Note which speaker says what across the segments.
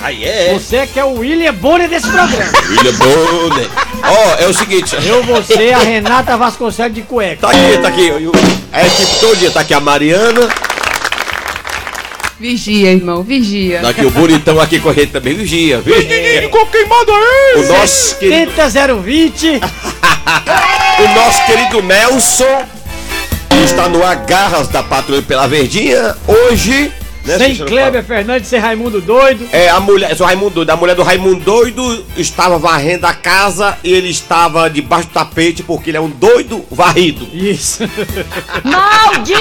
Speaker 1: Aí é.
Speaker 2: Você que é o William Bonner desse programa.
Speaker 1: William Bonner. Ó, é o seguinte.
Speaker 2: Eu, você, a Renata Vasconcelos de cueca.
Speaker 1: Tá aqui, tá aqui. eu- eu- É tipo todo dia, tá aqui a Mariana,
Speaker 3: Vigia, irmão, vigia.
Speaker 1: tá aqui o Bonitão aqui com a gente também, vigia, viu? Ficou queimado aí! O nosso querido
Speaker 2: 70 020.
Speaker 1: O nosso querido Nelson está no Agarras da Patrulha pela Verdinha. Hoje, né,
Speaker 2: Sem
Speaker 1: Cícero
Speaker 2: Kleber Fernandes, sem Raimundo Doido.
Speaker 1: Paulo? É, a mulher, o Raimundo doido, a mulher do Raimundo doido estava varrendo a casa e ele estava debaixo do tapete porque ele é um doido varrido.
Speaker 2: Isso.
Speaker 3: Maldito!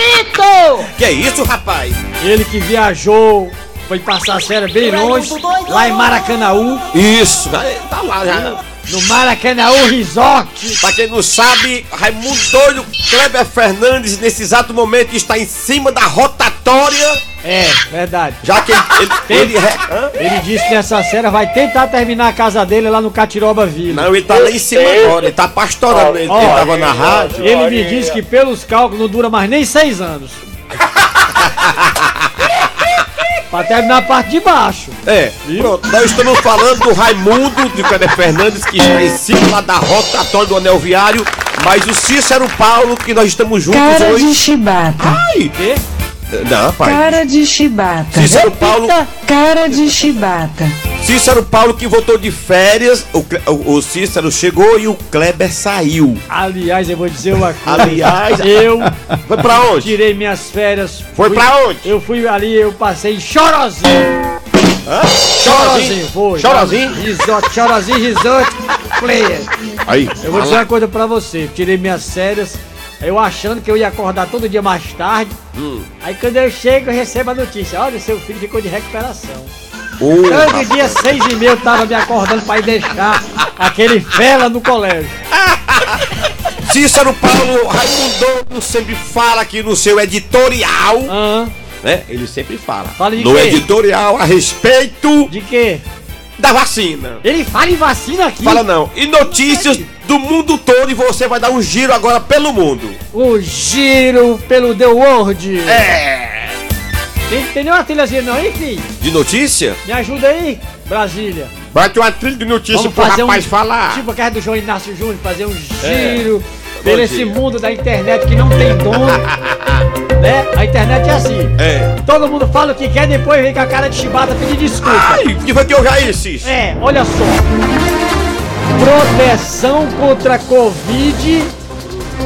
Speaker 1: Que é isso, rapaz?
Speaker 2: Ele que viajou, foi passar série bem longe, lá em Maracanaú.
Speaker 1: Isso, né, tá lá já.
Speaker 2: No Maracanaú Resort.
Speaker 1: Pra quem não sabe, Raimundo doido, Kleber Fernandes, nesse exato momento, está em cima da rotatória,
Speaker 2: É, verdade.
Speaker 1: já que ele. ele, ele re- Hã?
Speaker 2: Ele disse que essa série vai tentar terminar a casa dele lá no Catiroba Vila.
Speaker 1: Não, ele tá lá em cima agora, ele tá pastorando. Ele, ele
Speaker 2: Ó,
Speaker 1: tava na rádio.
Speaker 2: Ele me disse que pelos cálculos não dura mais nem seis anos. pra terminar a parte de baixo.
Speaker 1: É, pronto. Nós estamos falando do Raimundo de Kleber Fernandes, que está em cima lá da rotatória do Anel Viário. Mas o Cícero Paulo, que nós estamos juntos
Speaker 4: Cara de
Speaker 1: hoje.
Speaker 4: chibata.
Speaker 1: Ai!
Speaker 2: Quê?
Speaker 1: Não, pai.
Speaker 4: Cara de chibata.
Speaker 1: Cícero Paulo,
Speaker 4: Cara de chibata.
Speaker 1: Cícero Paulo que voltou de férias, o, Cle- o- o Cícero chegou e o Kleber saiu.
Speaker 2: Aliás, eu vou dizer uma coisa.
Speaker 1: Aliás,
Speaker 2: eu
Speaker 1: foi pra onde?
Speaker 2: tirei minhas férias.
Speaker 1: Foi
Speaker 2: fui-
Speaker 1: pra onde?
Speaker 2: Eu fui ali, eu passei em Chorozinho. Chorozinho, foi.
Speaker 1: Chorozinho?
Speaker 2: Resort, Chorozinho Resort Player.
Speaker 1: Aí.
Speaker 2: Eu vou dizer uma coisa pra você, eu tirei minhas férias, eu achando que eu ia acordar todo dia mais tarde. Aí quando eu chego, eu recebo a notícia, olha, seu filho ficou de recuperação.
Speaker 1: Ô,
Speaker 2: Todo dia, seis e meia, eu tava me acordando pra ir deixar aquele fela no colégio.
Speaker 1: Cícero Paulo, Raimundo sempre fala aqui no seu editorial.
Speaker 2: Aham.
Speaker 1: né? Ele sempre fala.
Speaker 2: Fala de
Speaker 1: no
Speaker 2: quê?
Speaker 1: editorial a respeito
Speaker 2: De quê?
Speaker 1: da vacina.
Speaker 2: Ele fala em vacina aqui.
Speaker 1: Fala não. E notícias do mundo todo e você vai dar um giro agora pelo mundo.
Speaker 2: O giro pelo The World. É. Tem, tem nenhuma trilhazinha não, hein, filho?
Speaker 1: De notícia?
Speaker 2: Me ajuda aí, Brasília.
Speaker 1: Bate uma trilha de notícia pro rapaz falar. É.
Speaker 2: Tipo a casa do João Inácio Júnior, fazer um giro
Speaker 1: Bom
Speaker 2: pelo esse
Speaker 1: dia.
Speaker 2: mundo da internet que não tem dono. né? A internet é assim.
Speaker 1: É.
Speaker 2: Todo mundo fala o que quer, depois vem com a cara de chibata pedir desculpa.
Speaker 1: Ai, o que foi que eu já esses?
Speaker 2: É, olha só. Proteção contra Covid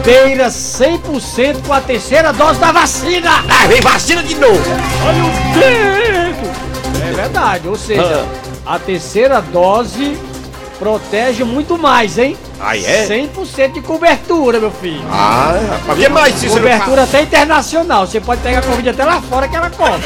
Speaker 2: beira 100% com a terceira dose da vacina.
Speaker 1: Ah, vem vacina de novo.
Speaker 2: Olha o dedo! É verdade, ou seja,
Speaker 1: Ah.
Speaker 2: a terceira dose protege muito mais, hein?
Speaker 1: Ah, é?
Speaker 2: 100% de cobertura, meu filho.
Speaker 1: Ah, rapaz. Vem mais, Cícero
Speaker 2: cobertura até internacional. Você pode pegar Covid até lá fora que ela cobre.
Speaker 1: Paulo.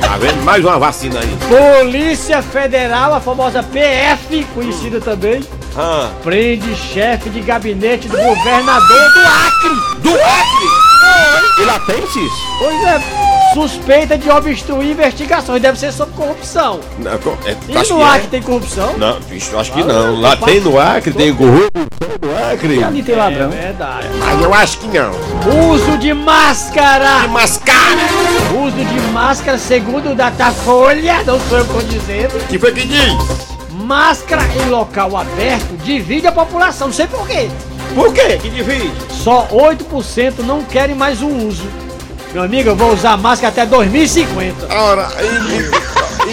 Speaker 1: Tá vendo? Mais uma vacina aí.
Speaker 2: Polícia Federal, a famosa PF, conhecida também,
Speaker 1: Ah.
Speaker 2: prende chefe de gabinete do governador do Acre.
Speaker 1: Do Acre. E lá tem, Cícero?
Speaker 2: Pois é, suspeita de obstruir investigações. Deve ser sobre corrupção.
Speaker 1: Não, co- é,
Speaker 2: E
Speaker 1: acho
Speaker 2: no
Speaker 1: que é.
Speaker 2: Acre tem corrupção?
Speaker 1: Não, bicho, acho que não. Lá tem no Acre, tem corrupção no Acre.
Speaker 2: Ali tem ladrão. É verdade.
Speaker 1: Mas eu acho que não.
Speaker 2: Uso de máscara!
Speaker 1: mascara!
Speaker 2: Uso de máscara, segundo o Datafolha, não sou eu que estou dizendo.
Speaker 1: Que foi que diz?
Speaker 2: Máscara em local aberto divide a população, não sei por quê.
Speaker 1: Por quê? Que divide?
Speaker 2: Só 8% não querem mais o uso. Meu amigo, eu vou usar máscara até 2050.
Speaker 1: Ora,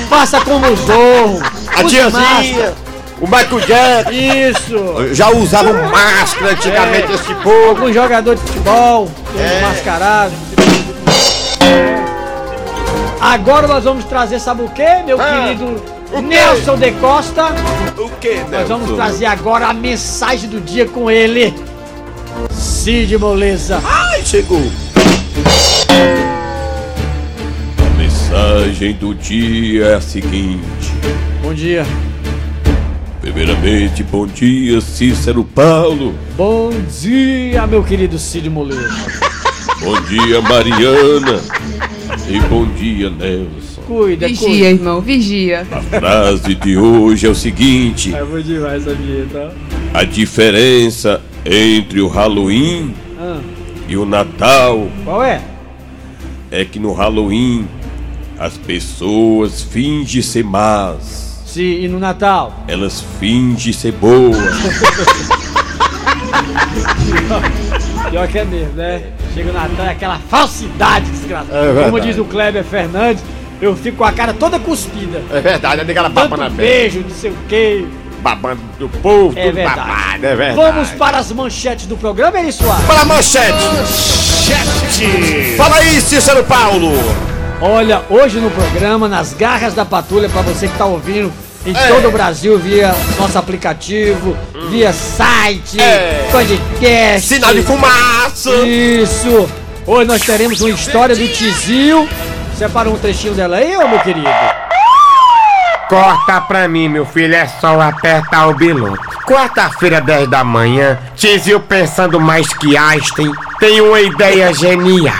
Speaker 2: Faça como o Zorro.
Speaker 1: A
Speaker 2: Use
Speaker 1: tiazinha.
Speaker 2: máscara.
Speaker 1: o Michael Jackson.
Speaker 2: Isso!
Speaker 1: Já usavam máscara antigamente
Speaker 2: É.
Speaker 1: esse povo.
Speaker 2: Algum jogador de futebol, é. mascarado. Agora nós vamos trazer, sabe o quê, meu
Speaker 1: Ah,
Speaker 2: querido
Speaker 1: o
Speaker 2: Nelson de Costa?
Speaker 1: O que,
Speaker 2: Nós vamos
Speaker 1: Nelson?
Speaker 2: trazer agora a mensagem do dia com ele. Cid Moleza.
Speaker 1: Ai, chegou. A mensagem do dia é a seguinte.
Speaker 2: Bom dia.
Speaker 1: Primeiramente, bom dia, Cícero Paulo.
Speaker 2: Bom dia, meu querido Cid Moleza.
Speaker 1: Bom dia, Mariana. E bom dia, Nelson.
Speaker 2: Cuida,
Speaker 3: Vigia, irmão, vigia.
Speaker 1: A frase de hoje é o seguinte:
Speaker 2: É bom demais tá? essa vinheta.
Speaker 1: a diferença entre o Halloween
Speaker 2: Ah,
Speaker 1: e o Natal
Speaker 2: qual é?
Speaker 1: é que no Halloween as pessoas fingem ser más,
Speaker 2: Se e no Natal?
Speaker 1: elas fingem ser boas.
Speaker 2: Pior que é mesmo, né? Chega o Natal, é aquela falsidade,
Speaker 1: É
Speaker 2: desgraçada. Como diz o Kleber Fernandes, eu fico com a cara toda cuspida.
Speaker 1: É verdade, é aquela
Speaker 2: Tanto beijo, não sei o quê.
Speaker 1: babando do povo,
Speaker 2: É verdade. babado,
Speaker 1: é
Speaker 2: Vamos para as manchetes do programa, é isso, Ar?
Speaker 1: para a manchete! Fala aí, Cícero Paulo!
Speaker 2: Olha, hoje no programa, nas garras da patrulha, pra você que tá ouvindo em
Speaker 1: É.
Speaker 2: todo o Brasil, via nosso aplicativo, via site,
Speaker 1: É.
Speaker 2: podcast.
Speaker 1: Sinal de fumaça!
Speaker 2: Isso! Hoje nós teremos uma história do Tizil. Separa um trechinho dela aí, ô meu querido.
Speaker 5: Corta pra mim, meu filho, é só eu apertar o biloto. Quarta-feira, 10 da manhã, Tizil pensando mais que Einstein, tem uma ideia genial.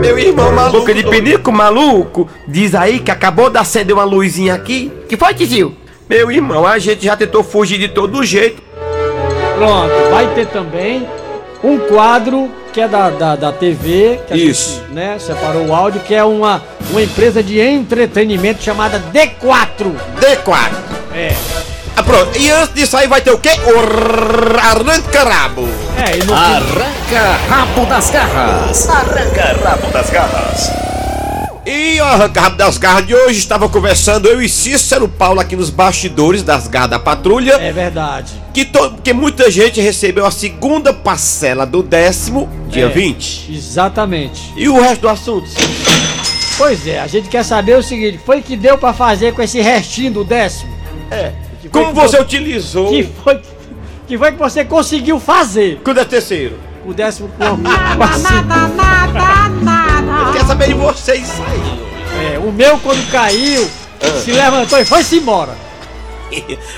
Speaker 1: Meu irmão maluco!
Speaker 5: Boca de pinico, maluco, diz aí que acabou de acender uma luzinha aqui. Que foi, Tizil? Meu irmão, a gente já tentou fugir de todo jeito.
Speaker 2: Pronto, vai ter também um quadro que é da, da, da TV, que a
Speaker 1: Isso.
Speaker 2: gente, né, separou o áudio, que é uma, uma empresa de entretenimento chamada D4.
Speaker 1: D4.
Speaker 2: É.
Speaker 1: Ah, pronto. E antes disso aí vai ter o quê? O arranca-rabo.
Speaker 2: É, e no
Speaker 1: E o arranca-rabo das garras de hoje estava conversando eu e Cícero Paulo aqui nos bastidores das garras da patrulha.
Speaker 2: É verdade.
Speaker 1: Que, to... que muita gente recebeu a segunda parcela do décimo, dia
Speaker 2: É.
Speaker 1: 20.
Speaker 2: Exatamente.
Speaker 1: E o resto do assunto? Cícero?
Speaker 2: Pois é, a gente quer saber o seguinte, foi que deu pra fazer com esse restinho do décimo? É.
Speaker 1: Como você utilizou?
Speaker 2: Que foi que, que foi que você conseguiu fazer?
Speaker 1: Quando é terceiro?
Speaker 2: O décimo não. assim, Mas,
Speaker 1: Quer saber de vocês aí?
Speaker 2: é, o meu quando caiu,
Speaker 1: Ah.
Speaker 2: se levantou e foi-se embora.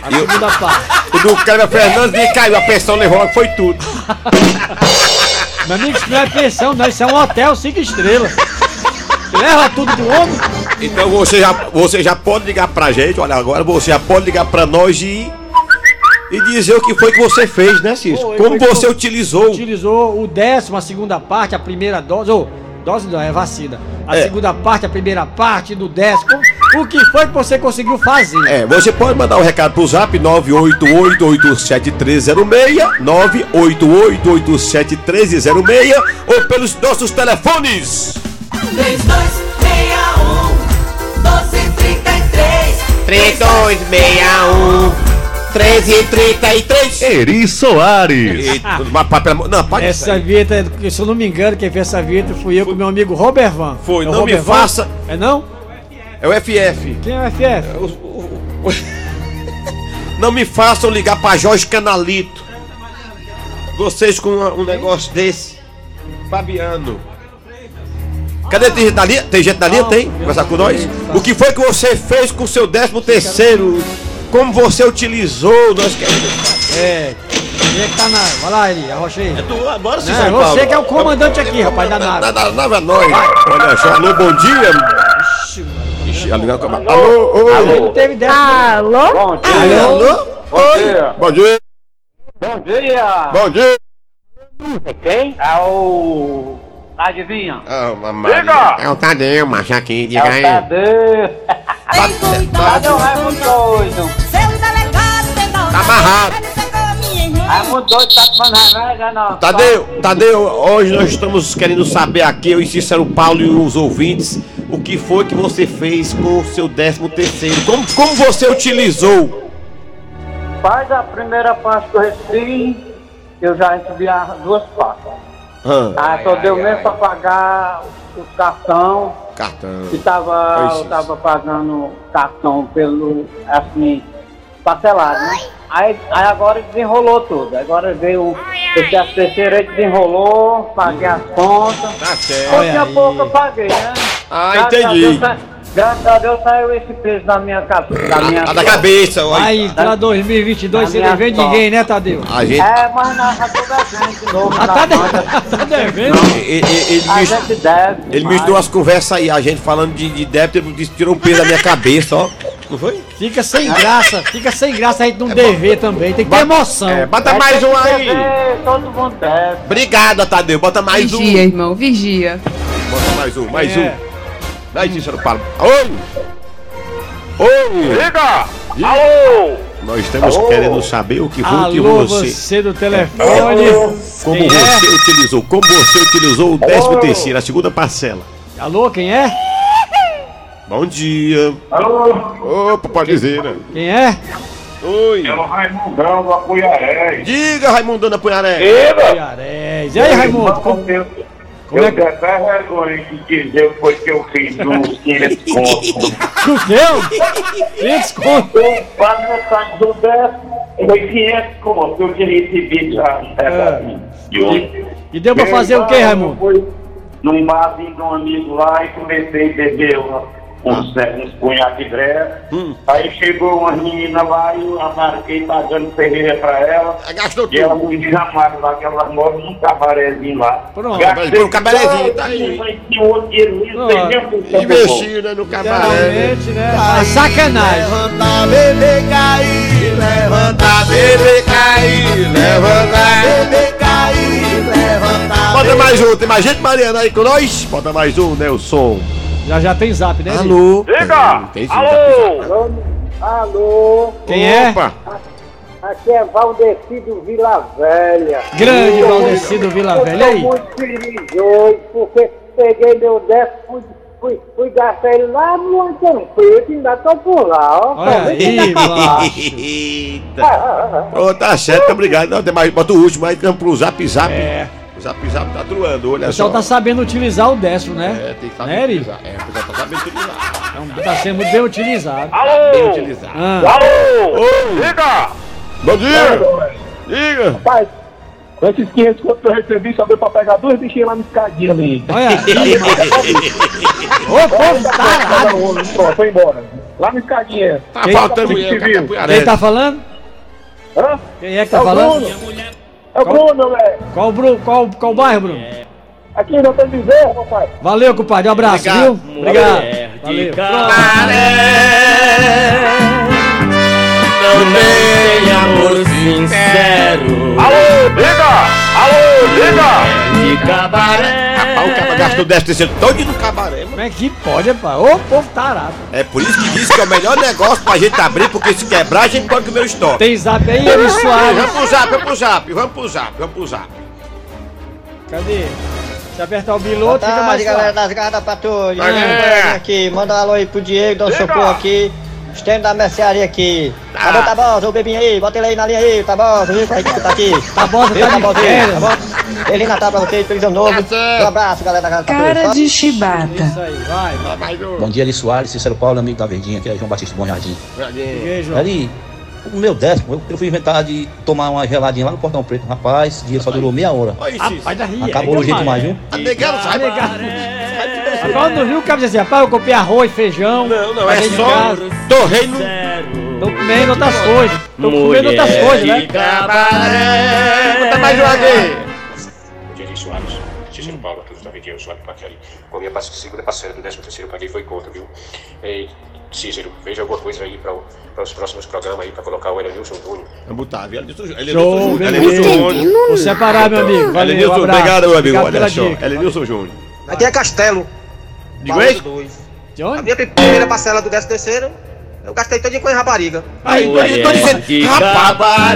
Speaker 2: A segunda parte.
Speaker 1: O do Cleber Fernandes e caiu, a pensão levou, foi tudo.
Speaker 2: Meu amigo, isso não é pensão, não. Isso é um hotel cinco estrelas. Leva tudo do homem.
Speaker 1: Então você já, você já pode ligar pra gente, olha agora, você já pode ligar pra nós e. E dizer o que foi que você fez, né, Cícero?
Speaker 2: Foi,
Speaker 1: Como
Speaker 2: foi que
Speaker 1: você
Speaker 2: eu-
Speaker 1: utilizou.
Speaker 2: Utilizou o décimo, a segunda parte, a primeira dose. Ou, dose não, é vacina. A
Speaker 1: É.
Speaker 2: segunda parte, a primeira parte do décimo. O que foi que você conseguiu fazer?
Speaker 1: É, você pode mandar um recado pro zap 988-87306, 988-87306 ou pelos nossos telefones.
Speaker 6: 3261 1233
Speaker 1: 3261 1333.
Speaker 7: Eri Soares.
Speaker 1: Eita, mas, mas, pelo amor- não, pode
Speaker 2: Essa vinheta, se eu não me engano, quem fez essa vinheta fui eu com meu amigo Robert Van.
Speaker 1: Foi,
Speaker 2: É o
Speaker 1: não me
Speaker 2: Robert Van?
Speaker 1: faça-
Speaker 2: É não?
Speaker 1: É o FF.
Speaker 2: Quem é o FF?
Speaker 1: O- o- o- Não me façam ligar pra Jorge Canalito. Vocês com uma- um negócio desse. Fabiano. Cadê? Tem gente na linha? Tem gente na linha? Tem? Conversar com nós? O que foi que você fez com o seu 13 terceiro? Como você utilizou? Nós queremos...
Speaker 2: É. Quem é que tá na. Vai lá, Eli, arrocha aí.
Speaker 1: Bora,
Speaker 2: Não, é você que é o comandante aqui, rapaz, da nave.
Speaker 1: Na nave é nós. Olha só, alô, bom dia. Ixi, a linha- Alô, alô,
Speaker 2: Ele não teve dessa.
Speaker 4: Alô?
Speaker 1: alô. Oi. Bom dia.
Speaker 8: Bom dia!
Speaker 1: Bom dia.
Speaker 8: Quem? É o. Adivinha?
Speaker 1: Diga! Ah, É o Tadeu, macho aqui, diga aí.
Speaker 8: Cadê?
Speaker 6: Tem cuidado
Speaker 8: Cadê o Raimundo Doido?
Speaker 6: Seu delegado tem da
Speaker 1: Tá amarrado.
Speaker 8: Raimundo Doido tá tomando remédio, não?
Speaker 1: Tadeu, Tadeu, hoje nós estamos querendo saber aqui, eu e Cícero Paulo e os ouvintes, o que foi que você fez com o seu 13 terceiro, como, como você utilizou?
Speaker 9: Faz a primeira parte que eu recebi, eu já recebi as duas partes. Ah, só deu mesmo para pagar os cartão,
Speaker 1: Cartão.
Speaker 9: que tava,
Speaker 1: Ai,
Speaker 9: eu tava pagando cartão pelo, assim, parcelado, né? Aí, aí agora desenrolou tudo. Agora veio, esse as terceiras desenrolou, paguei as contas.
Speaker 1: Tá certo.
Speaker 9: Pouco a pouco eu paguei, né?
Speaker 1: Ah,
Speaker 9: Graças a
Speaker 1: entendi.
Speaker 9: Deus, sa- Graças a Deus saiu esse peso da minha cabeça. Da minha
Speaker 1: Ah, A Tá da cabeça, olha.
Speaker 2: Aí, pra 2022, você não vende ninguém, né, Tadeu?
Speaker 1: A gente.
Speaker 9: É, mas nós já devendo de novo.
Speaker 2: Ah,
Speaker 9: na
Speaker 10: é
Speaker 2: tá,
Speaker 9: conta.
Speaker 2: de... tá devendo?
Speaker 1: Ele, ele- ele
Speaker 9: A
Speaker 1: mis-
Speaker 9: gente deve.
Speaker 1: ele misturou as conversas aí, a gente falando de, de débito, ele disse, tirou um peso da minha cabeça, ó. Não foi?
Speaker 2: Fica sem graça, fica sem graça a gente não dever também. Tem que ter emoção.
Speaker 1: É, bota mais um aí.
Speaker 9: aí. Todo mundo deve.
Speaker 1: Obrigado, Tadeu. Bota mais um.
Speaker 4: Vigia, irmão, vigia.
Speaker 1: Bota mais um, mais
Speaker 2: É.
Speaker 1: um. Vai, Cícero Paulo. Oi! Oi!
Speaker 11: Liga!
Speaker 1: Nós estamos querendo saber o que foi que
Speaker 2: Alô, você,
Speaker 1: você. É.
Speaker 2: do telefone.
Speaker 1: Como
Speaker 2: Quem
Speaker 1: você utilizou, como você utilizou o 13 terceiro, a segunda parcela.
Speaker 2: É? Alô, quem é?
Speaker 1: Bom dia. Alô? Opa, pode dizer, né?
Speaker 2: Quem é?
Speaker 1: Oi.
Speaker 10: é Raimundão do Apuiaré.
Speaker 1: Diga, Raimundana Punharé.
Speaker 10: Eba!
Speaker 2: Piarés. E aí, Raimundo? Como...
Speaker 10: Eu,
Speaker 2: como é
Speaker 10: eu
Speaker 2: que-
Speaker 10: tenho até vergonha de dizer foi que eu fiz uns 500 contos.
Speaker 2: Tu é deu? Que desconto.
Speaker 10: Eu pago no site do Beto, foi 500 contos. Eu queria receber já. de hoje.
Speaker 2: E deu pra fazer o quê,
Speaker 10: Raimundo?
Speaker 2: Raimundo?
Speaker 10: Fui num barzinho de um amigo lá e comecei a beber uma-
Speaker 2: Ah.
Speaker 10: uns, uns punhados de breve.
Speaker 2: Hum.
Speaker 10: Aí chegou uma menina lá e eu amarquei pagando ferreira pra ela.
Speaker 1: É, Gastou
Speaker 10: E ela me chamaram lá, que ela mora num cabarezinho lá.
Speaker 2: Pronto.
Speaker 10: Gastei
Speaker 1: Mas o cabarezinho tá aí.
Speaker 10: todo, mas tinha um outro dinheiro, isso
Speaker 2: Pronto.
Speaker 10: tem tempo que eu vou.
Speaker 1: Investiu, né, no cabaré.
Speaker 2: Literalmente, né? Mas sacanagem.
Speaker 1: Levanta, bebê, cair. Levanta, bebê, cair. Levanta, bebê, cair. Levanta. Bota mais um, tem mais gente, Mariana, aí com nós. Bota mais um, Nelson.
Speaker 2: Já já tem zap, né? Lili?
Speaker 1: Alô. Diga. Tem, sim, tá Alô.
Speaker 9: Alô,
Speaker 2: Quem é?
Speaker 1: Opa.
Speaker 9: aqui é Valdeci do Vila Velha.
Speaker 2: Grande
Speaker 9: Eu-
Speaker 2: Valdeci do Vila Velha,
Speaker 9: Eu
Speaker 2: aí.
Speaker 9: tô muito feliz hoje, porque peguei meu décimo, fui, fui, fui gastar ele lá no Antônio Preto, ainda tô por lá, ó.
Speaker 2: Olha aí, macho.
Speaker 1: Eita. Ô, tá certo, obrigado. Não, tem mais, bota o último aí, vamos pro zap zap. O zap zap tá truando, olha
Speaker 2: O
Speaker 1: só.
Speaker 2: pessoal tá sabendo utilizar o décimo, né?
Speaker 1: É, tem que
Speaker 2: Né,
Speaker 1: saber
Speaker 2: Eri?
Speaker 1: utilizar. É, o pessoal tá sabendo utilizar.
Speaker 2: Então, tá sendo bem utilizado.
Speaker 1: Bem utilizar.
Speaker 2: Ah,
Speaker 1: Diga! Bom dia! Diga!
Speaker 10: Rapaz, com esses 500 contos que eu recebi, só deu pra pegar duas bichinhas lá no escadinho ali.
Speaker 2: olha aí, macho. Ô, povo tarado.
Speaker 10: Cada um, pronto, foi embora. Lá no escadinha.
Speaker 1: Tá
Speaker 2: Quem-
Speaker 1: faltando
Speaker 10: Quem-
Speaker 1: mulher,
Speaker 10: Quem-
Speaker 1: cara,
Speaker 2: Quem
Speaker 1: tá...
Speaker 2: tá falando?
Speaker 10: Hã?
Speaker 2: Quem é que
Speaker 10: É
Speaker 2: tá
Speaker 10: o
Speaker 2: falando?
Speaker 10: Bruno. É o Bruno, velho.
Speaker 2: Qual, Bru- qual, qual bairro, Bruno?
Speaker 10: Aqui não tem bezerro, rapaz.
Speaker 2: Valeu, compadre. Um abraço,
Speaker 1: Obrigado. É,
Speaker 2: viu? Obrigado. Valeu.
Speaker 1: Não tem amor sincero. Alô, diga! Alô,
Speaker 2: É.
Speaker 1: diga! De cabaré. Rapaz, o cara gastou 10 terceiro todo no cabaré, mano.
Speaker 2: Como é que pode, rapaz? Ô, povo tarado.
Speaker 1: É por isso que diz que é o melhor negócio pra gente abrir, porque se quebrar, a gente pode comer o estoque.
Speaker 2: Tem zap aí, Eri Soares?
Speaker 1: Vamos pro zap, vamos pro zap, vamos pro zap, vamos pro zap.
Speaker 2: Cadê? Se apertar o biloto, fica mais
Speaker 9: tarde, galera
Speaker 2: fácil.
Speaker 9: das garras da patrulha.
Speaker 1: Vai,
Speaker 9: Ian
Speaker 1: galera.
Speaker 9: Goiânia aqui, manda um alô aí pro Diego, dá um socorro aqui. Estende da mercearia aqui.
Speaker 1: Tá.
Speaker 9: Cadê o Tabosa, o bebinho aí? Bota ele aí na linha aí, o Tabosa, viu? Aí que tá aqui.
Speaker 2: Tabosa
Speaker 9: Viu,
Speaker 2: tá de
Speaker 9: Tabosa aí,
Speaker 2: férias.
Speaker 9: Tabosa? Feliz Natal pra vocês, feliz ano novo. Um abraço, galera da garra da patrulha.
Speaker 12: Cara
Speaker 9: Só-
Speaker 12: de chibata.
Speaker 2: Isso aí, vai. vai.
Speaker 1: Bom
Speaker 10: Bom dia, Eli Soares, Cícero Paulo, amigo da Verdinha, aqui é João Batista Bom Jardim.
Speaker 2: Beijo.
Speaker 10: Eli, o meu décimo, eu, eu fui inventar de tomar uma geladinha lá no Portão Preto, rapaz, o dia só durou meia hora.
Speaker 1: Oi,
Speaker 2: Rapaz,
Speaker 1: Cícero.
Speaker 2: da ria.
Speaker 10: Acabou
Speaker 2: é
Speaker 10: o jeito
Speaker 2: capaz.
Speaker 10: mais, viu?
Speaker 1: A negada Tá sai.
Speaker 2: Agora no Rio, o cara diz assim, rapaz, eu comprei arroz, feijão.
Speaker 1: Não, não, é
Speaker 2: fazer de
Speaker 1: só
Speaker 2: casa.
Speaker 1: torrei no
Speaker 2: Tô comendo outras coisas. Tô comendo outras coisas, né?
Speaker 1: cabaré. Bota mais um aqui.
Speaker 10: Bom dia, Eli Soares, Cícero Paulo, todos da Verdinha, eu sou Ari Pacelli. Com a minha passe- segunda parcela do 13 terceiro, eu paguei foi conta, viu? Ei, Cícero, veja alguma coisa aí para os próximos programas aí, pra colocar o Elenilson Júnior.
Speaker 1: Vamos botar, viu? Ele
Speaker 2: Show, beleza. Vou separar, meu amigo. Valeu, um
Speaker 1: Elenilson,
Speaker 2: abraço.
Speaker 1: obrigado, meu amigo.
Speaker 2: Obrigado
Speaker 1: Olha
Speaker 2: pela
Speaker 1: só.
Speaker 2: dica.
Speaker 1: Elenilson Júnior.
Speaker 9: Aqui é Castelo.
Speaker 1: De é Goiás?
Speaker 2: De onde?
Speaker 9: Minha primeira parcela do 13 terceiro, eu gastei todo dia com rapariga.
Speaker 1: Aí, tô, tô dizendo.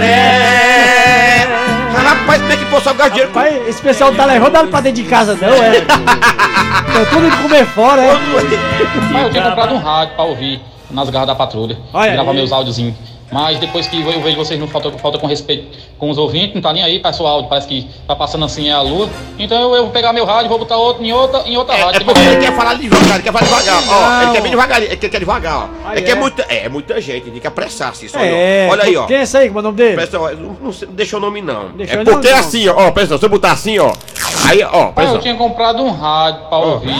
Speaker 1: Cabaré. Ah, Rapaz, tem que pôr só gastar dinheiro com.
Speaker 2: Pai, esse pessoal do Telerro não dá pra dentro de casa, não, é? Tô tudo de comer fora, é?
Speaker 10: Mas eu tinha comprado um rádio pra ouvir nas garras da patrulha.
Speaker 2: Olha aí.
Speaker 1: Ah, é?
Speaker 10: gravar meus áudiozinhos.
Speaker 3: Mas depois que eu vejo vocês não falta, falta com respeito com os ouvintes, não tá nem aí, parece o áudio, parece que tá passando assim é a lua. Então eu, eu vou pegar meu rádio, vou botar outro em outra, em
Speaker 10: Tá
Speaker 3: outra rádio. Tipo assim,
Speaker 1: É porque
Speaker 10: né?
Speaker 1: ele quer falar devagar, ele quer falar devagar, ó. Ele quer bem devagar, ele quer, quer devagar, ó.
Speaker 2: Ah,
Speaker 1: é que é
Speaker 2: é?
Speaker 1: muita, é, muita gente, tem que apressar-se. Isso
Speaker 2: É,
Speaker 1: aí, ó. Olha aí, ó.
Speaker 2: Quem é esse aí? Como é o nome dele?
Speaker 1: Pessoal, não, não se- não deixa o nome não.
Speaker 2: Deixa
Speaker 1: é
Speaker 2: o nome,
Speaker 1: porque é
Speaker 2: não.
Speaker 1: assim, ó, ó, pessoal, se eu botar assim, ó. Aí, ó,
Speaker 3: Ah, eu
Speaker 1: pessoal.
Speaker 3: tinha comprado um rádio pra ouvir.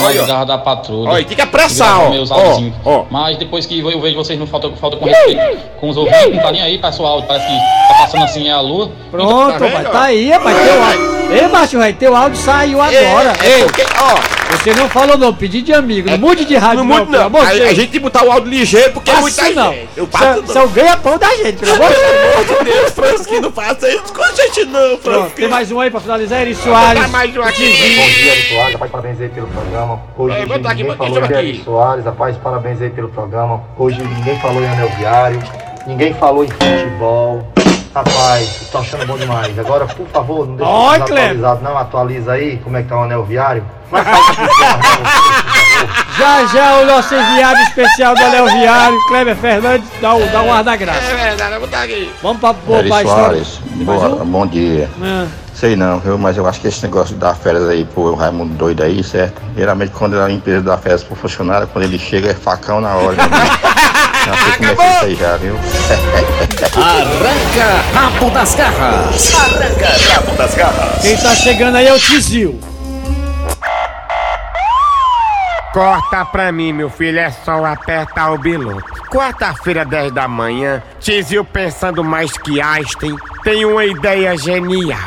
Speaker 1: Olha,
Speaker 3: Olha,
Speaker 1: ó.
Speaker 3: garra da patrulha.
Speaker 1: Olha, tem que apressar,
Speaker 3: Gravar
Speaker 1: ó,
Speaker 3: meus
Speaker 1: ó,
Speaker 3: áudiozinhos.
Speaker 1: ó.
Speaker 3: Mas depois que eu vejo vocês não falta, falta com respeito com os ouvintes, não tá nem aí, parece o áudio, parece que tá passando assim é a lua.
Speaker 2: Pronto,
Speaker 1: Tá
Speaker 2: tá
Speaker 1: vendo, ó?
Speaker 2: tá aí, rapaz. Teu áudio. Ei, Márcio Rei, teu áudio saiu agora.
Speaker 1: É, é porque, ó,
Speaker 2: Você não falou não, pedi de amigo. Não mude de rádio,
Speaker 1: não muito não.
Speaker 2: pelo amor
Speaker 1: A,
Speaker 2: de
Speaker 1: a
Speaker 2: Deus.
Speaker 1: gente tem que botar o áudio ligeiro porque é muita
Speaker 2: Assim não.
Speaker 1: gente. Eu passo
Speaker 2: Isso é o ganha-pão da gente, pelo amor de Deus.
Speaker 1: Pelo amor de Deus, Francisco, não faça isso com a gente não,
Speaker 2: Pronto, tem
Speaker 1: Francisco.
Speaker 2: mais um aí pra finalizar, Eri Soares.
Speaker 1: Tá mais um aqui.
Speaker 13: Bom dia, Eri Soares, rapaz, parabéns aí pelo programa. Hoje
Speaker 1: É, vou tá aqui,
Speaker 13: ninguém
Speaker 1: vou-
Speaker 13: falou
Speaker 1: deixa
Speaker 13: de
Speaker 1: eu
Speaker 13: Eri
Speaker 1: aqui.
Speaker 13: Soares, rapaz, parabéns aí pelo programa. Hoje ninguém falou em anel viário, ninguém falou em futebol. Rapaz, tô achando bom demais. Agora, por favor, não deixa
Speaker 2: Ó, Cleber.
Speaker 13: atualizado, não. Atualiza aí como é que tá o anel viário.
Speaker 2: Já já o nosso enviado especial do Anel Viário, Kleber Fernandes, dá, o- dá um ar da graça.
Speaker 1: É verdade, eu vou botar aqui.
Speaker 2: Vamos pra
Speaker 14: Eri
Speaker 1: tá-
Speaker 2: poupar a história.
Speaker 14: Soares,
Speaker 2: Tem mais
Speaker 14: boa,
Speaker 2: um?
Speaker 14: bom dia.
Speaker 2: Ah,
Speaker 14: Sei não, viu, mas eu acho que esse negócio de dar férias aí pro Raimundo doido aí, certo? Geralmente quando a empresa dá férias pro funcionário, quando ele chega é facão na hora. viu? Já sei como é que é isso aí já, viu?
Speaker 15: Arranca rabo das garras.
Speaker 2: Quem tá chegando aí é o Tizil.
Speaker 5: Corta pra mim, meu filho, é só eu apertar o biloto. Quarta-feira, 10 da manhã, Tizil pensando mais que Einstein, tem uma ideia genial.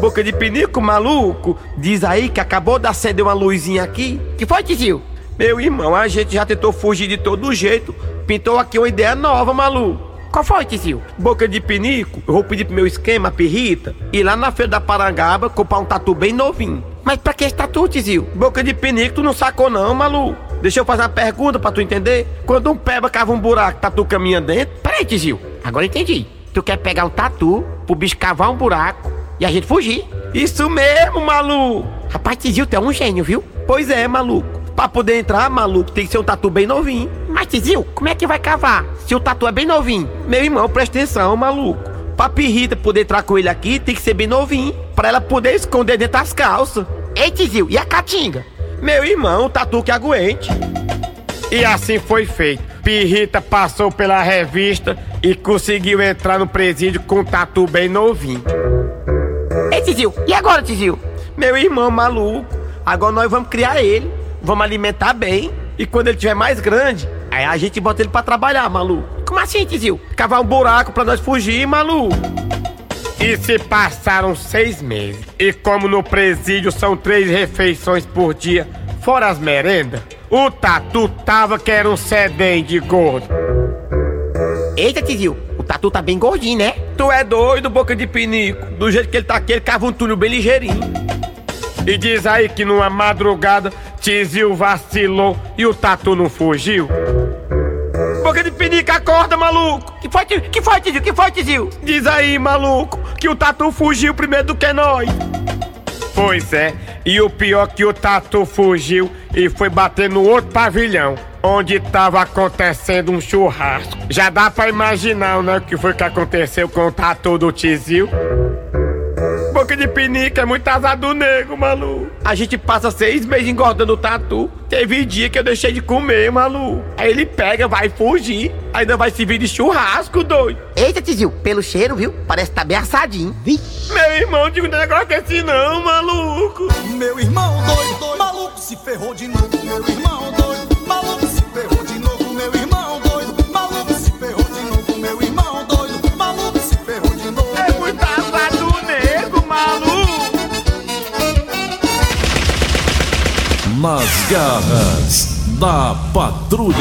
Speaker 10: Boca de pinico, maluco, diz aí que acabou de acender uma luzinha aqui. Que foi, tio? Meu irmão, a gente já tentou fugir de todo jeito. Pintou aqui uma ideia nova, maluco. Qual foi, tio? Boca de pinico, eu vou pedir pro meu esquema, pirrita, ir lá na feira da Parangaba comprar um tatu bem novinho. Mas pra que esse tatu, tio? Boca de pinico, tu não sacou não, maluco. Deixa eu fazer uma pergunta pra tu entender. Quando um peba cava um buraco, tatu caminha dentro. Peraí, tio, agora entendi. Tu quer pegar um tatu pro bicho cavar um buraco e a gente fugir. Isso mesmo, maluco! Rapaz, Tizil, tu é um gênio, viu? Pois é, maluco. Pra poder entrar, maluco, tem que ser um tatu bem novinho. Mas, Tizil, como é que vai cavar se o tatu é bem novinho? Meu irmão, presta atenção, maluco. Pra pirrita poder entrar com ele aqui, tem que ser bem novinho. Pra ela poder esconder dentro das calças. Ei, Tizil, e a caatinga? Meu irmão, o tatu que é aguente.
Speaker 5: E assim foi feito. Pirrita passou pela revista e conseguiu entrar no presídio com um tatu bem novinho.
Speaker 10: Ei, Tizil, e agora, Tizil? Meu irmão maluco, agora nós vamos criar ele, vamos alimentar bem, e quando ele tiver mais grande, aí a gente bota ele pra trabalhar, maluco. Como assim, Tizil? Cavar um buraco pra nós fugir, maluco.
Speaker 5: E se passaram seis meses. E como no presídio são três refeições por dia, fora as merendas, o tatu tava que era um sedem de gordo.
Speaker 10: Eita, Tizil, o Tatu tá bem gordinho, né? Tu é doido, boca de pinico. Do jeito que ele tá aqui, ele cava um túnel bem ligeirinho.
Speaker 5: E diz aí que numa madrugada, Tizil vacilou e o tatu não fugiu.
Speaker 10: Boca de pinico, acorda, maluco! Que foi, Tizil? Que foi, Tizil? Que foi, Tizil? Diz aí, maluco, que o Tatu fugiu primeiro do que nós.
Speaker 5: Pois é, e o pior que o Tatu fugiu e foi bater no outro pavilhão, onde tava acontecendo um churrasco. Já dá pra imaginar, né, o que foi que aconteceu com o Tatu do Tizil?
Speaker 10: Boca de pinico é muito azar do nego, maluco. A gente passa seis meses engordando o tatu. Teve dia que eu deixei de comer, maluco. Aí ele pega, vai fugir. Ainda vai se vir de churrasco, doido. Eita, Tizil, pelo cheiro, viu? Parece que tá bem assadinho. Meu irmão, digo um negócio desse não, maluco.
Speaker 16: Meu irmão doido, doido, maluco se ferrou de novo. Meu irmão doido, maluco se ferrou de novo. Meu irmão doido, maluco se ferrou de novo. Meu irmão doido, maluco se ferrou de novo. É muito azar do nego, maluco.
Speaker 15: Nas garras da patrulha.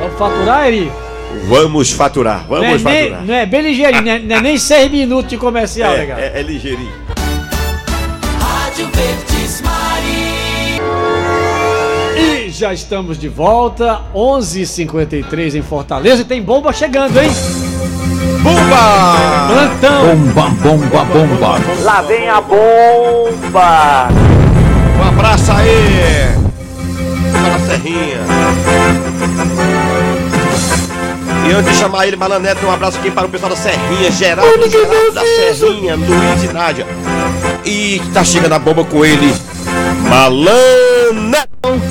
Speaker 2: Vamos faturar, Eri?
Speaker 1: Vamos faturar, vamos
Speaker 2: não é
Speaker 1: faturar.
Speaker 2: Nem, não é bem ligeirinho, não é, não é nem seis minutos de comercial, né, legal.
Speaker 1: É, é ligeirinho.
Speaker 6: Rádio Verdes Mari.
Speaker 1: é.
Speaker 2: E já estamos de volta, 11:53 h 53 em Fortaleza e tem bomba chegando, hein?
Speaker 1: Bomba!
Speaker 2: Plantão!
Speaker 15: Bomba, bomba, bomba.
Speaker 8: Lá vem a bomba!
Speaker 1: Um abraço aí! Para a Serrinha! E antes de chamar ele, Malaneto, um abraço aqui para o pessoal da Serrinha, geral, geral da Serrinha, Luiz e Nádia. E tá chegando a bomba com ele, Malana.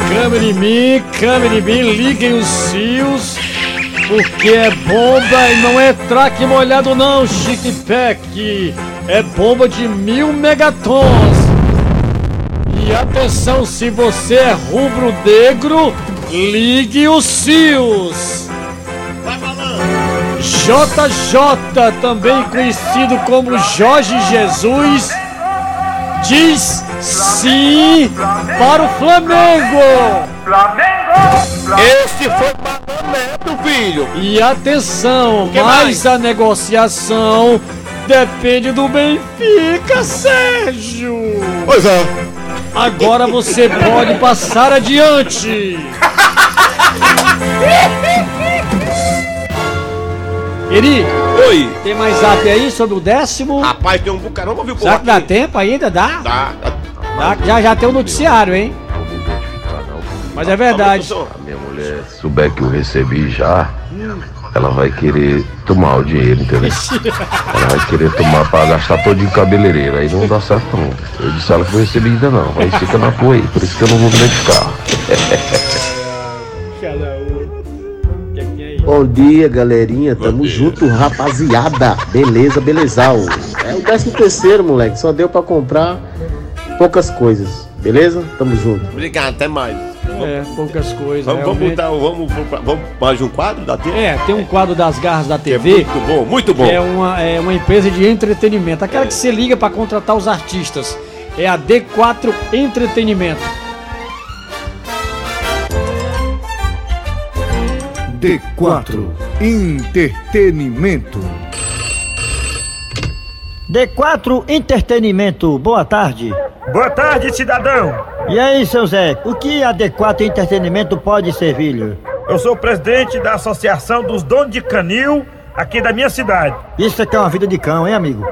Speaker 2: Câmera em mim, câmera em mim, liguem os fios, porque é bomba e não é traque molhado não, Chique Peck. É bomba de mil megatons. E atenção, se você é rubro-negro, ligue os fios. JJ, também conhecido como Jorge Jesus, diz sim para o Flamengo! Flamengo!
Speaker 1: Esse foi o Neto, filho!
Speaker 2: E atenção, mas a negociação depende do Benfica, Sérgio!
Speaker 1: Pois é!
Speaker 2: Agora você pode passar adiante! Eri!
Speaker 1: Oi!
Speaker 2: Tem mais zap aí sobre o décimo?
Speaker 1: Rapaz, tem um bucarão, vamos ver o povo
Speaker 2: Será que dá
Speaker 1: aqui.
Speaker 2: tempo ainda? Dá?
Speaker 1: Dá, dá.
Speaker 2: Dá, já, já tem o noticiário, hein? Mas é verdade.
Speaker 17: Minha mulher souber que eu recebi já, ela vai querer tomar o dinheiro, entendeu? Ela vai querer tomar pra gastar todo de cabeleireiro. Aí não dá certo não. Eu disse a ela que eu recebi ainda não. Aí fica na rua aí, por isso que eu não vou me identificar.
Speaker 18: Bom dia, galerinha. Tamo junto, rapaziada. Beleza, belezal. É o 13 terceiro, moleque. Só deu pra comprar poucas coisas. Beleza? Tamo junto.
Speaker 1: Obrigado, até mais.
Speaker 2: É, poucas coisas.
Speaker 1: Vamos, vamos
Speaker 2: realmente.
Speaker 1: botar, vamos, vamos, vamos mais um quadro da TV?
Speaker 2: É, tem um quadro das garras da TV.
Speaker 1: é muito bom, muito bom. É.
Speaker 2: É uma, é uma empresa de entretenimento. Aquela que você liga pra contratar os artistas. É a D4 Entretenimento.
Speaker 19: D4 Entretenimento.
Speaker 10: D4 Entretenimento, boa tarde. Boa tarde, cidadão. E aí, seu Zé, o que a D4 Entretenimento pode servir-lhe? Eu sou o presidente da Associação dos Donos de Canil aqui da minha cidade. Isso aqui é uma vida de cão, hein, amigo?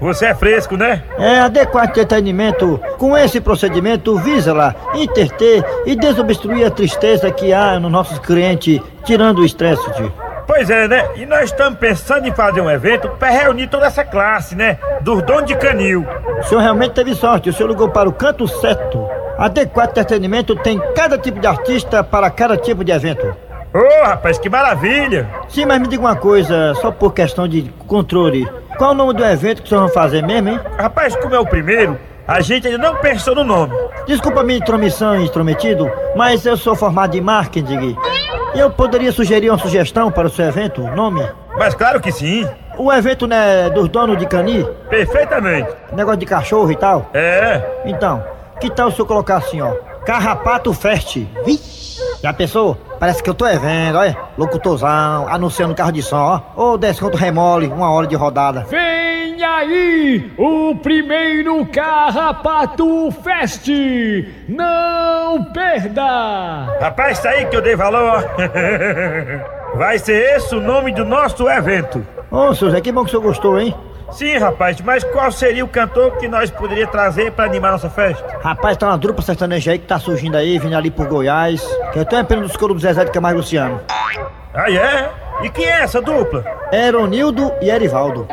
Speaker 10: Você é fresco, né? É, adequado entretenimento. Com esse procedimento, visa lá interter e desobstruir a tristeza que há nos nossos clientes, tirando o estresse de.
Speaker 20: Pois é, né? E nós estamos pensando em fazer um evento para reunir toda essa classe, né? Dos donos de canil.
Speaker 10: O senhor realmente teve sorte, o senhor ligou para o canto certo. Adequado entretenimento tem cada tipo de artista para cada tipo de evento. Ô, rapaz, que maravilha! Sim, mas me diga uma coisa, só por questão de controle. Qual o nome do evento que vocês vão fazer mesmo, hein? Rapaz, como é o primeiro, a gente ainda não pensou no nome. Desculpa a minha intromissão, intrometido, mas eu sou formado em marketing. Eu poderia sugerir uma sugestão para o seu evento, um nome? Mas claro que sim. O evento, né, dos donos de cani? Perfeitamente. Negócio de cachorro e tal? É. Então, que tal se eu colocar assim, ó? Carrapato Fest. Vixe! Já pensou? Parece que eu tô é vendo, olha. Locutorzão, anunciando carro de som, ó. Ou desconto remole, uma hora de rodada.
Speaker 21: Vem aí o primeiro Carrapato Fest! Não perda!
Speaker 20: Rapaz, isso aí que eu dei valor, ó. Vai ser esse o nome do nosso evento.
Speaker 10: Ô, seu Zé, que bom que o senhor gostou, hein?
Speaker 20: Sim, rapaz, mas qual seria o cantor que nós poderíamos trazer para animar nossa festa?
Speaker 10: Rapaz, tá uma dupla sertaneja aí que tá surgindo aí, vindo ali por Goiás. Que eu tenho apenas dos coros do Zezé de Camargo e Luciano.
Speaker 20: Ah, é? E quem é essa dupla?
Speaker 10: Eronildo e Erivaldo.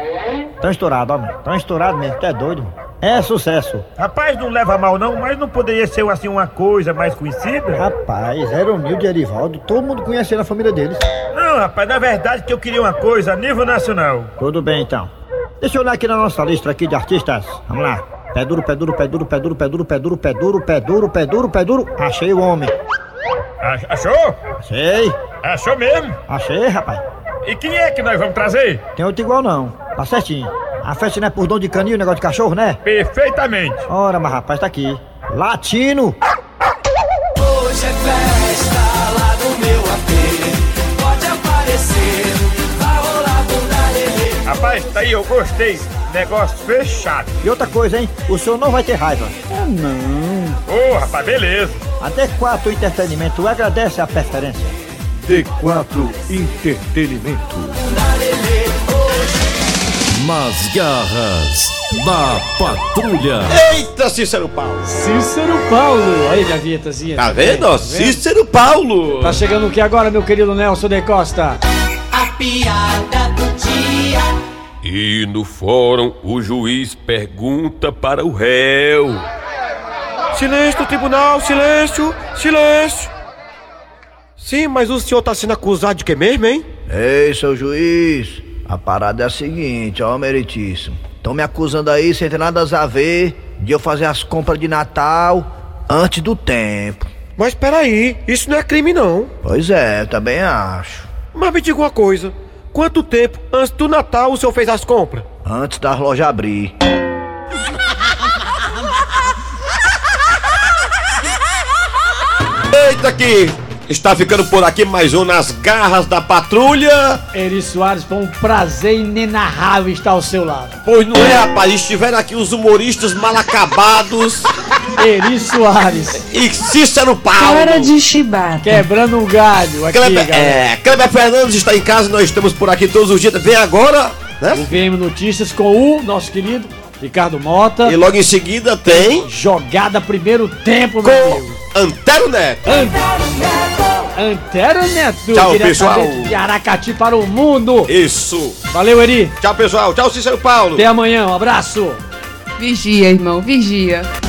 Speaker 10: Tão estourado, ó, mano. Tão estourado mesmo, tu é doido, mano. É sucesso.
Speaker 20: Rapaz, não leva a mal não, mas não poderia ser assim uma coisa mais conhecida?
Speaker 10: Rapaz, Eronildo e Erivaldo, todo mundo conhece na família deles.
Speaker 20: Não, rapaz, na verdade que eu queria uma coisa a nível nacional.
Speaker 10: Tudo bem então. Deixa eu olhar aqui na nossa lista aqui de artistas. Vamos lá. Pé duro, pé duro, pé duro, pé duro, pé duro, pé duro, pé duro, pé duro, pé duro, pé duro. Achei o homem.
Speaker 20: Achou?
Speaker 10: Achei.
Speaker 20: Achou mesmo?
Speaker 10: Achei, rapaz.
Speaker 20: E quem é que nós vamos trazer?
Speaker 10: Tem outro igual não. Tá certinho. A festa não é por dom de canil, negócio de cachorro, né?
Speaker 20: Perfeitamente.
Speaker 10: Ora, mas rapaz, tá aqui. Latino.
Speaker 6: Hoje é festa lá no meu apê. Pode aparecer, vai rolar bunda lelê.
Speaker 20: Rapaz, tá aí, eu gostei. Negócio fechado.
Speaker 10: E outra coisa, hein? O senhor não vai ter raiva. Ah, não.
Speaker 20: Ô, rapaz, beleza.
Speaker 10: Até 4 Entretenimento agradece a preferência.
Speaker 19: D4 Entretenimento.
Speaker 15: Mas Nas garras da patrulha.
Speaker 1: Eita, Cícero Paulo!
Speaker 2: Cícero Paulo! Aí, minha vinhetazinha.
Speaker 1: Tá vendo? Cícero Paulo!
Speaker 2: Tá chegando o que agora, meu querido Nelson de Costa?
Speaker 6: A piada do dia.
Speaker 22: E no fórum, o juiz pergunta para o réu.
Speaker 17: Silêncio, tribunal, silêncio, silêncio. Sim, mas o senhor tá sendo acusado de quê mesmo, hein?
Speaker 10: Ei, seu juiz, a parada é a seguinte, ó, meritíssimo. Estão me acusando aí, sem ter nada a ver, de eu fazer as compras de Natal antes do tempo.
Speaker 17: Mas peraí, isso não é crime não.
Speaker 10: Pois é, eu também acho.
Speaker 17: Mas me diga uma coisa: quanto tempo antes do Natal o senhor fez as compras?
Speaker 10: Antes das lojas abrir.
Speaker 1: Eita, que está ficando por aqui mais um Nas Garras da Patrulha.
Speaker 2: Eri Soares, foi um prazer inenarrável estar ao seu lado.
Speaker 1: Pois não é, rapaz? Estiveram aqui os humoristas mal acabados.
Speaker 2: Eri Soares.
Speaker 1: E Cícero Paulo.
Speaker 23: Cara de chibata.
Speaker 2: Quebrando o galho aqui,
Speaker 1: Kleber,
Speaker 2: galera.
Speaker 1: é, Kleber Fernandes está em casa, nós estamos por aqui todos os dias. Vem agora, né?
Speaker 2: O VM Notícias com o nosso querido Ricardo Mota.
Speaker 1: E logo em seguida tem.
Speaker 2: Jogada primeiro tempo, meu amigo.
Speaker 1: Antero Neto.
Speaker 2: Antero Neto.
Speaker 1: Tchau,
Speaker 2: diretamente
Speaker 1: pessoal.
Speaker 2: De Aracati para o mundo.
Speaker 1: Isso.
Speaker 2: Valeu, Eri.
Speaker 1: Tchau, pessoal. Tchau, Cícero Paulo.
Speaker 2: Até amanhã. Um abraço.
Speaker 4: Vigia, irmão, vigia.